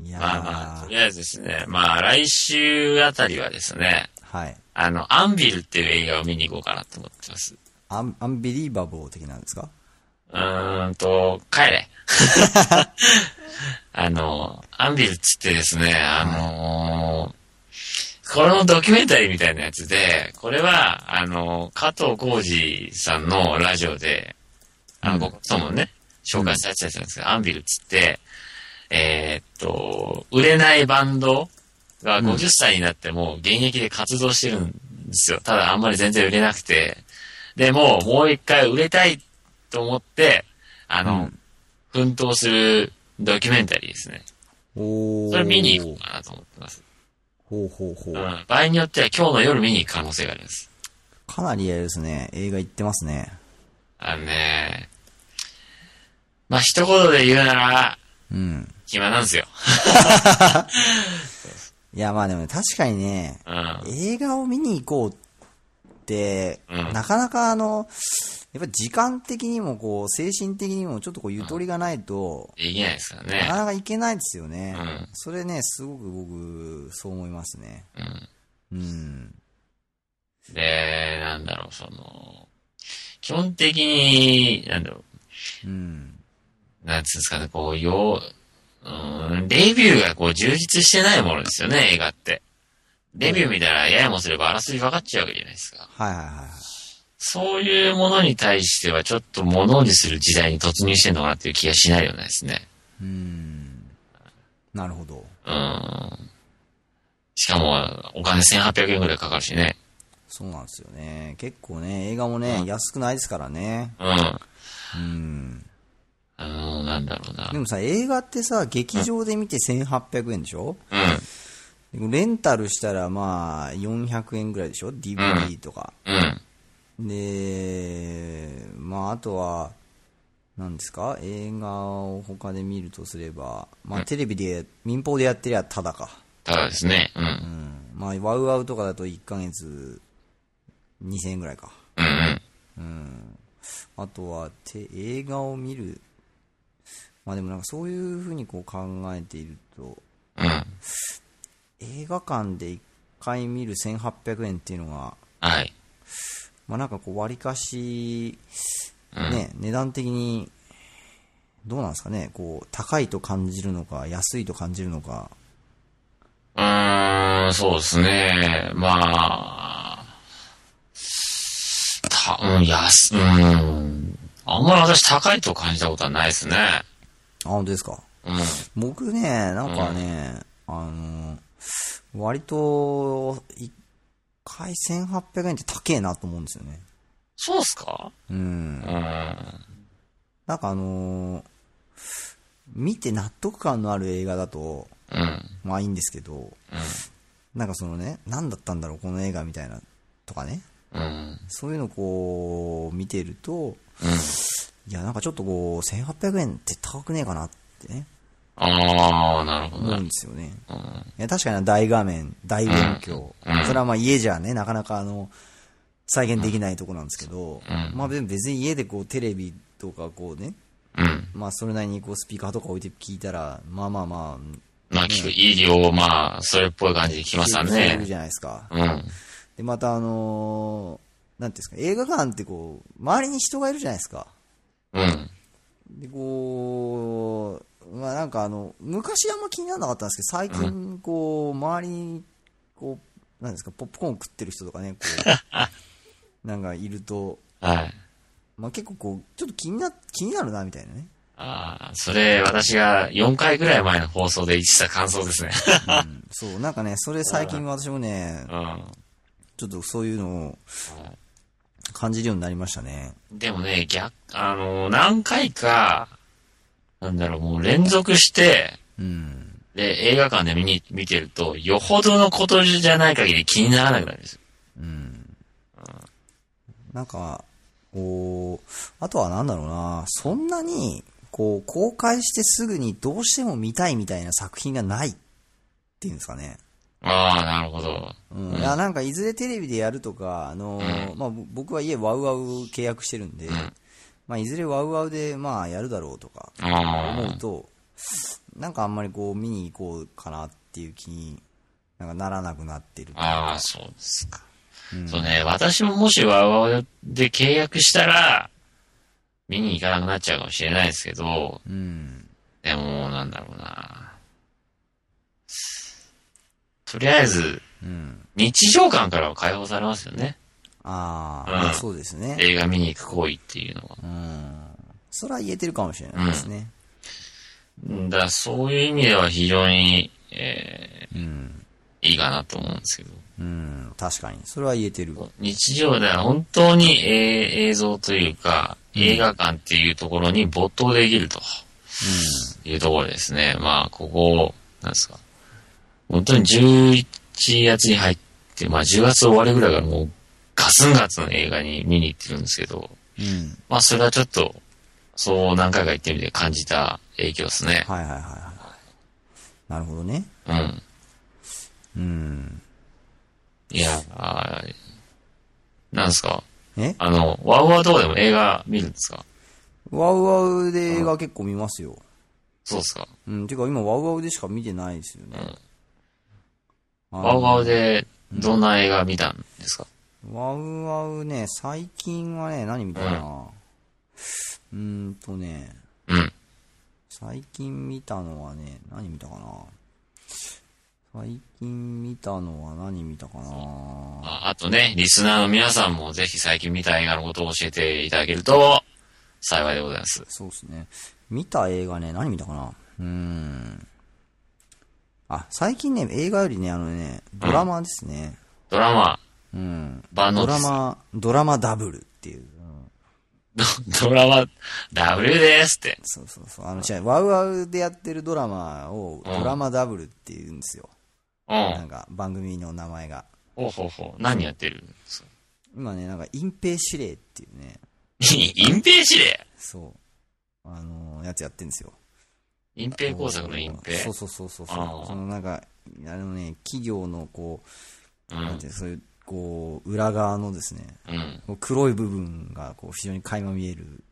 いやー
まあまあ、とりあえずですね、まあ来週あたりはですね、
はい。
あの、アンビルっていう映画を見に行こうかなと思ってます。
アンアンビリーバボー的なんですか
うーんと、帰れ。 あの、アンビルっつってですね、あのーこのドキュメンタリーみたいなやつで、これは、あの、加藤浩二さんのラジオで、あの、僕ともね、紹介されてたんですけど、アンビルっつって、えーっと、売れないバンドが50歳になっても現役で活動してるんですよ。ただあんまり全然売れなくて。でも、もう一回売れたいと思って、あの、
うん
奮闘するドキュメンタリーですね。
おー。
それ見に行こうかなと思ってます。
ほうほうほ
う
う。
ん、場合によっては今日の夜見に行く可能性があります。
かなりあれですね、映画行ってますね。
あのね、まあ、一言で言うなら、
うん。
暇なんですよ。
いや、まあでもね確かにね、
うん。
映画を見に行こうって、
うん
なかなかあの、やっぱ時間的にもこう、精神的にもちょっとこう、ゆとりがないと、
できないですから
なか
ね。
なか行けないですよね。
うん
それね、すごく僕、そう思いますね。
うん。
うん。
で、なんだろう、その、基本的に、なんだろ
うん。
う、なんつうんですかね、こう、よう、うん、レビューがこう充実してないものですよね、映画って。レビュー見たら、ややもすればあらすじ分かっちゃうわけじゃないですか。
はいはいはいはい。
そういうものに対しては、ちょっと物にする時代に突入してんのかなっていう気がしないようないですね。
うん。なるほど。
うん。しかも、お金1800円くらいかかるしね。
そうなんですよね。結構ね、映画もね、安くないですからね。
うん。あ
うん。
の、なんだろうな
で。もさ、映画ってさ、劇場で見て1800円でしょ
う
レンタルしたらまあ400円ぐらいでしょ ?DVD とか。
ん。うん。
で、まああとは、何ですか映画を他で見るとすれば、まあテレビで、民放でやってりゃただか。
ただですね。うん。
うん。まあワウワウとかだと1ヶ月2000円ぐらいか。
うんうん。
あとはて映画を見る。まあでもなんかそういうふうにこう考えていると、
うん。
映画館で1回見る1800円っていうのが、
はい。
まあ、なんかこう、割かし、ね、値段的に、どうなんですかね、こう、高いと感じるのか、安いと感じるのか、
うーん、そうですね。まあ、た、うん、安、うん。あんまり私高いと感じたことはないですね。
あ、本当ですか。
うん。
僕ね、なんかね、あの、割と、1回1800円って高えなと思うんですよね。
そうっすか
うん
う。ん。
なんかあのー見て納得感のある映画だと、
うん。
まあいいんですけど、なんかそのね、何だったんだろう、この映画みたいな、とかね。
うん。
そういうのをこう、見てると、いや、なんかちょっとこう、1800円って高くねえかなってね、
ああ、なるほど
思う
な。
んですよね。いや、確かに大画面、大音響。それはまあ家じゃね、なかなかあの、再現できないとこなんですけど、まあ別に別に家でこう、テレビとかこうね、
うん。
まあそれなりにこう、スピーカーとか置いて聞いたら、まあまあまあ、
まあ、聞く、いい量、まあ、それっぽい感じで聞きました
聞ける
ね。
じゃないですか。
うん。
で、またあのーなんていうんですか、映画館ってこう、周りに人がいるじゃないですか。
うん。
で、こう、まあなんかあの、昔あんま気にならなかったんですけど、最近こう、周りに、こう、なんですか、ポップコーン食ってる人とかね、こ う、なんかいると、
はい。
まあ結構こう、ちょっと気にな、気になるな、みたいなね。
ああ、それ、私が4回ぐらい前の放送で言ってた感想ですね。
うん、そう、なんかね、それ最近私もね
う、ん。
ちょっとそういうのを感じるようになりましたね。
でもね、逆、あの、何回か、なんだろう、もう連続して、
うん。
で、映画館で見に、見てると、よほどのことじゃない限り気にならなくなるんですよ。
うん。なんか、こう、あとはなんだろうな、そんなに、こう、公開してすぐにどうしても見たいみたいな作品がないっていうんですかね。
ああ、なるほど。
うん。いや、なんか、いずれテレビでやるとか、あのーまあ、ぼ僕は家ワウワウ契約してるんで、まあ、いずれワウワウで、まあ、やるだろうとか、
あ
思うと、なんかあんまりこう、見に行こうかなっていう気になんかならなくなってる
あ、。ああ、そうですか。そうね、私ももしワウワウで契約したら、見に行かなくなっちゃうかもしれないですけど、
うん。
でも、なんだろうな。とりあえず、
うん。
日常感からは解放されますよね。
ああ、
うん
まあそうですね。
映画見に行く行為っていうのは。
うん。それは言えてるかもしれないですね。
うんだからそういう意味では非常に、え
うん。
ーいいかなと思うんですけど。
うん。確かに。それは言えてる。
日常では本当に、えー映像というか、映画館っていうところに没頭できるというところですね。まあ、ここ、なんですか。本当に11月に入って、まあ10月終わりぐらいからもうガツンガツン映画に見に行ってるんですけど、
うん。
まあそれはちょっと、そう何回か行ってみて感じた影響ですね。
はいはいはいはい。なるほどね。
うん。
うん。
いや、あーなんですか
え
あの、ワウワウとかでも映画見るんですか
ワウワウで映画結構見ますよ。
そうですか
うん。てか今ワウワウでしか見てないですよね。あの
ワウワウでどんな映画見たんですか、
ワウワウね、最近はね、何見たかな。うーんとね、
うん。
最近見たのはね、何見たかな。最近見たのは何見たかな。
ああとね、リスナーの皆さんもぜひ最近見た映画のことを教えていただけると幸いでございます。
そうですね。見た映画ね、何見たかな。うーん。あ、最近ね、映画よりね、あのね、ドラマですね。
ドラマ、
うん。
万能
ド
で
ラ
す。
マ、ドラマダブルっていう。うん
ドラマ、W ですって。
そうそうそう。あの、違う、ワウワウでやってるドラマを、
うん
ドラマダブルって言うんですよ。
う。
なんんか、番組の名前が。
ほうほうほう。何やってるんですか
今ね、なんか、隠蔽指令っていうね、
隠蔽指令
そう。あのーやつやってんですよ。
隠蔽工作の隠
そ
蔽
うそうそうそう
あ
そ
ー
う。そのなんか、あのね、企業のこ
う
う、なん
ん。
ていうのそういう、こう、裏側のですね、
うん。
こう黒い部分が、こう、非常に垣間見える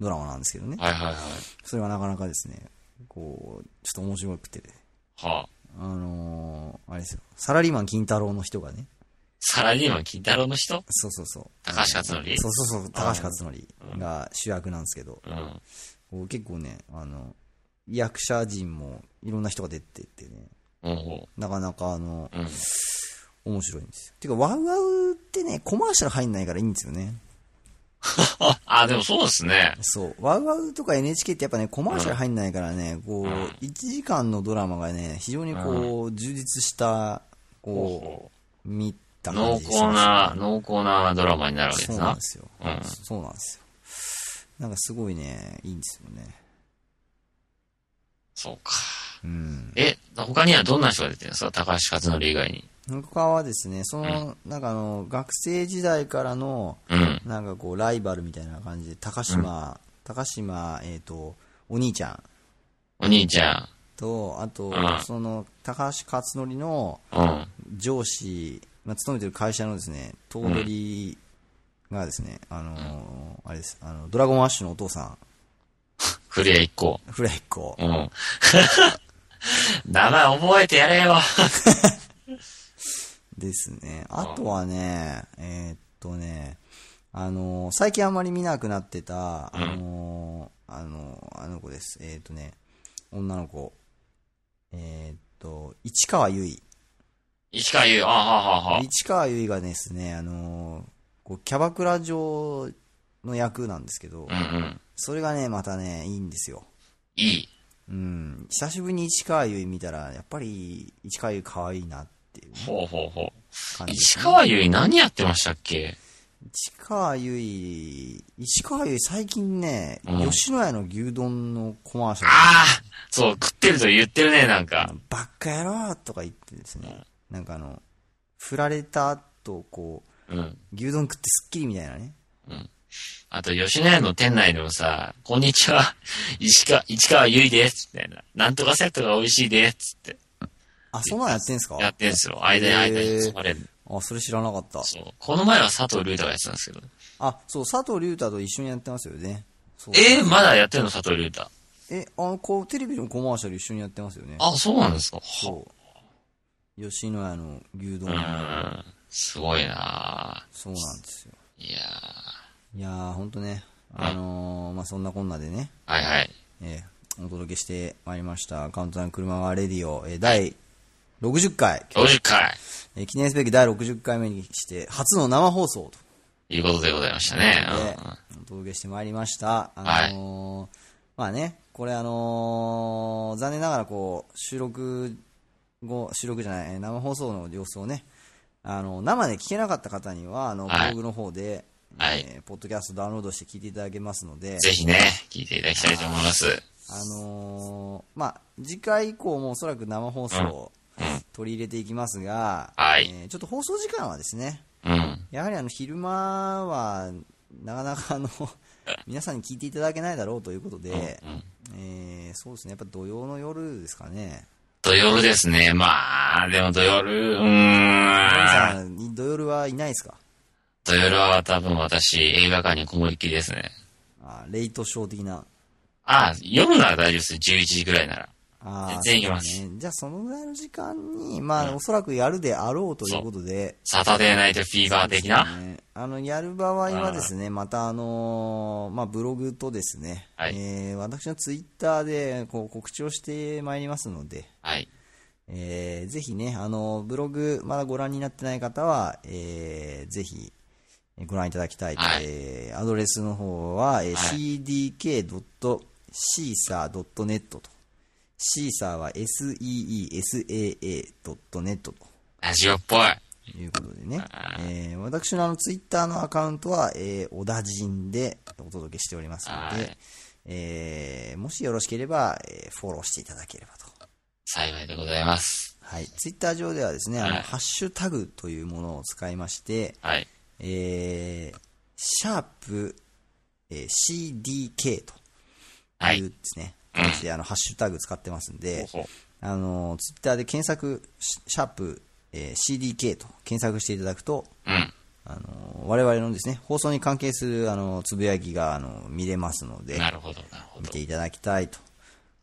ドラマなんですけどね。
はいはいはい。
それがなかなかですね、こう、ちょっと面白くて、
はあ。
あのーあれですよ、サラリーマン金太郎の人がね、
サラリーマン金太郎の人
そうそうそう。
高橋克典
そうそうそう、高橋克典が主役なんですけど、
うん。
こう結構ね、あの、役者陣もいろんな人が出てってね、
ほうほ
なかなかあの、
う。うん。
面白いんですよ。てか、ワウワウってね、コマーシャル入んないからいいんですよね。
あ、あ、でもそうですね。
そう。ワウワウとか NHK ってやっぱね、コマーシャル入んないからね、こう、1時間のドラマがね、非常にこう、充実し
ほう
た、こ
ほ
う、見た
う濃
感じ
厚な、濃厚なドラマになるわけで
そう
す
なん
な
で。すよ。
うん。
そうなんですよ。なんかすごいね、いいんですよね。
そうか。
うん。
え、他にはどんな人が出てるんですか高橋克典以外に。
他はですね、その、なんかあの、学生時代からの、
うん。
なんかこう、ライバルみたいな感じで、高島、高島、えっ、と、お兄ちゃん
お兄ちゃ
と、あと、
うん
その、高橋克典の
ん。うん。
上司、まあ、勤めてる会社のですね、頭取がですね、あのーあれです、あの、ドラゴンアッシュのお父さ
古谷一行。
ん、フレイコ
う。ん。 名前覚えてやれよ。
ですね。あとはね、えーっとね、あのー最近あんまり見なくなってた、あのーあのーあの子です。えーっとね、女の子。えーっと、市川由衣。
石川優。あははは。
市川由衣がですね、あのーこうキャバクラ嬢の役なんですけ
う、
ど
んうん。
それがね、またね、いいんですよ。
いい。
うん。久しぶりに市川由衣見たら、やっぱり市川由衣可愛いなっていう
ほうほうほ
感
う。
じです
石
ね
川優何やってましたっけ
市川由衣、市川由衣最近ね、
うん
吉野家の牛丼のコマーシャル、
ああそう、食ってると言ってるね、なんか。
ばっかやろーとか言ってですね、なんかあの、振られた後、こ
うん。
う、牛丼食ってスッキリみたいなね。
あと、吉野家の店内でもさ、こんにちは、 石川、市川ゆいです、みたいな。なんとかセットが美味しいです、って。
あ、そんなのやってんすか
やってんすよ。間に間に
へ
詰
ー
まれる。
あ、それ知らなかった。
そう。この前は佐藤龍太がやってたんですけど。
あ、そう、佐藤隆太と一緒にやってますよね。そう
えーまだやってんの里井竜太。
え、あの、こう、テレビのコマーシャル一緒にやってますよね。
あ、そうなんですか。
そう。吉野家の牛丼
う
の、
ん。すごいな
そうなんですよ。
いや
いやー、ほんとね、あのー、まあ、そんなこんなでね、
ーはいはい。
えーお届けしてまいりました、カウントダウン車はレディオ、えー第60回、
50回
えー記念すべき第60回目にして、初の生放送
いうことでございましたね。
と、で、お届けしてまいりました。あのーまあね、これあのー残念ながらこう、収録後、収録じゃない、えー生放送の様子をね、あの、生で聞けなかった方には、あの、ブ
はい
ログの方で、
はい
えーポッドキャストダウンロードして聞いていただけますので
うん。、ぜひね、聞いていただきたいと思います。
あのーまあ、次回以降もおそらく生放送を取り入れていきますが、
はい
えーちょっと放送時間はですね、
うん。
やはりあの昼間はなかなかあの 皆さんに聞いていただけないだろうということで、えーそうですね、やっぱ土曜の夜ですかね、
土曜ですね。まあ、でも土曜、うーん。
皆さん、土曜はいないですか
土曜は多分私、映画館にこもりっきりですね。
あーレイトショー的な。
あ、夜なら大丈夫です。11時ぐらいなら。
あー
全然行けます
そうねじゃあ、そのぐらいの時間に、まあ、おそらくやるであろうということで、
サタデーナイトフィーバー的な。
ねあのやる場合はですね、またあのーまあ、ブログとですね、
はい
えー私のツイッターでこう告知をしてまいりますので、
はい。
えーぜひね、あのブログまだご覧になってない方は、えーぜひご覧いただきたい、
はい
えーアドレスの方は、えー
は
cdk.seesa.net と。シーサーは seesaa.net と
ラジオっぽい。
いうことでね、えー私のあのツイッターのアカウントは、えー、小田人でお届けしておりますの
は
で、えーもしよろしければ、えーフォローしていただければと。
幸いでございます。
はい、ツイッター上ではですね、あの
はい
ハッシュタグというものを使いまして、
はい。
えー、シャープ、えー CDK と
は
いう
い。
ですね、形であのハッシュタグ使ってますんで、
ほうほ
あのツイッターで検索、シシャープ、えー CDK と検索していただくと、
うん。
あの我々のですね、放送に関係するあのつぶやきがあの見れますので、
なるほど、なるほ
見
ど。
ていただきたいと。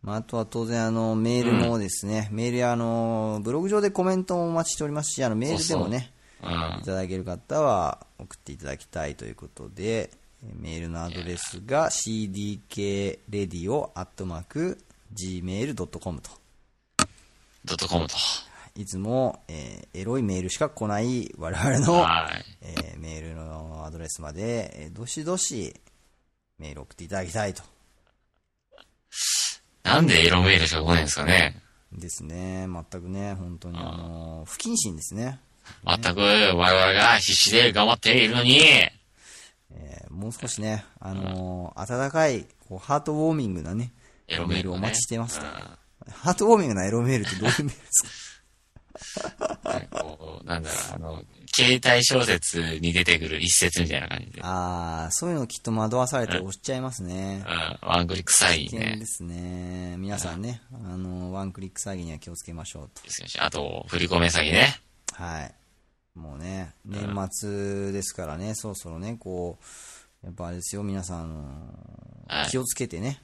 まあ、あとは当然あのメールもですね、メールやあのブログ上でコメントもお待ちしておりますし、あのメールでもね、
うん
い。ただける方は送っていただきたいということで、えーメールのアドレスが cdkradio.gmail.com と。
ドットコムと。
いつも、えーエロいメールしか来ない我々の、
はい。
えーメールのアドレスまで、えーどしどしメール送っていただきたいと。
なんでエロメールしか来ないんですかね。
ですね。全くね、本当にあの、不謹慎ですね。
全く我々が必死で頑張っているのに、
えーもう少しね、あのー温かい、こう、ハートウォーミングなね、
エロメール
お
をね
待ちしてますとハートウォーミングなエロメールってどういうメールですか
なんかこう、なんだろう、あの、携帯小説に出てくる一節み たいな感じで、
あー、そういうのきっと惑わされて押しちゃいますね
う。ん、ワングリ臭い
危険
ね
で。すね。皆さんね、あのーワンクリック詐欺には気をつけましょうと。
あと、振り込め詐欺ね。
はい。もうね、年末ですからね、そろそろね、こう、やっぱあれですよ、皆さん、あの
は
ー
い
気をつけてね、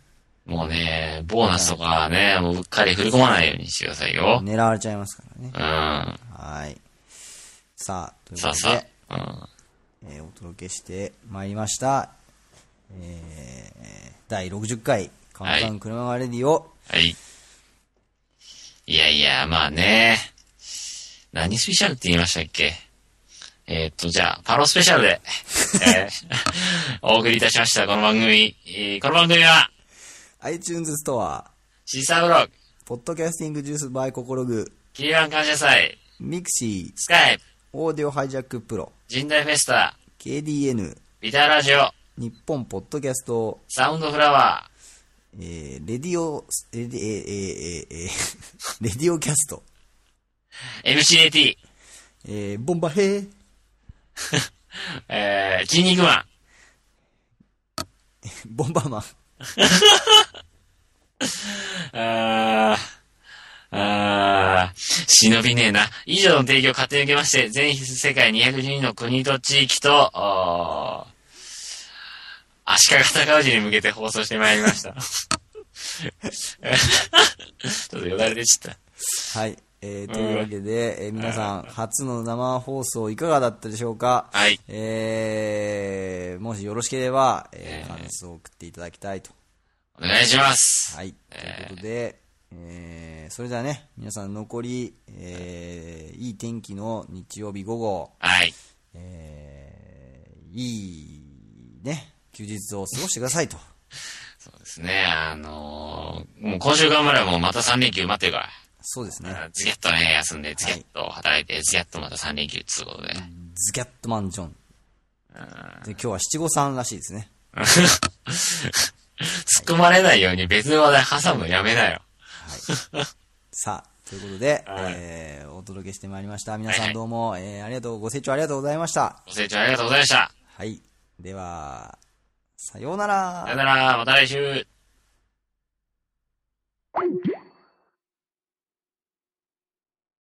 もうね、ボーナスとかね、もううっかり振り込まないようにしてくださいよ。
狙われちゃいますからね
う。ん。
はい。さあ、という
さ
こ
あ
と
さ
で、
あ。うん。
えーお届けしてまいりました。えー第60回、カウンタン車がレディオ、
はい。いやいや、まあね。何スペシャルって言いましたっけえーっと、じゃあ、パロスペシャルで、えー お送りいたしました、この番組。えーこの番組は、
iTunes ストア、
シーサーブログ、
ポッドキャスティングジュースバイココログ、
キリラン感謝祭、
ミクシー、
スカイプ、
オーディオハイジャックプロ、
神代フェスタ、
KDN、
ビターラジオ、
日本ポッドキャスト、
サウンドフラワ
えーレディオ、レディ、えーえーえーえー レディオキャスト、
ー、MCAT、
えーボンバヘー、
えー、筋肉マン、
ボンバーマン、
あーあー、忍びねえな。以上の提供を勝手に受けまして、全世界212の国と地域と、あー足利尊氏に向けて放送してまいりました。 ちょっとよだれ出ちゃった。
はい。えーというわけで、えー皆さん、初の生放送いかがだったでしょうか
はい
えーもしよろしければ、えー感想を送っていただきたいと。
お願いします。
はい。ということで、えーそれではね、皆さん残り、えーいい天気の日曜日午後、
はい。
えーいい、ね、休日を過ごしてくださいと。
そうですね。あのーもう今週頑張ればもうまた3連休待ってるから。
そうですね。
ズギャッとね、休んで、ズギャッと働いて、ズギャッとまた3連休っつうことで。
ズキャットマンジョン。で今日は七五三らしいですね。
突っ込まれないように別の話題挟むのやめなよ。
さあ、ということで、
はい
えーお届けしてまいりました。皆
はい
さ
は
ん
い
どうも、えーありがとう、ご清聴ありがとうございました。
ご清聴ありがとうございました。
はい。では、さようなら
さよ。なら、また来週。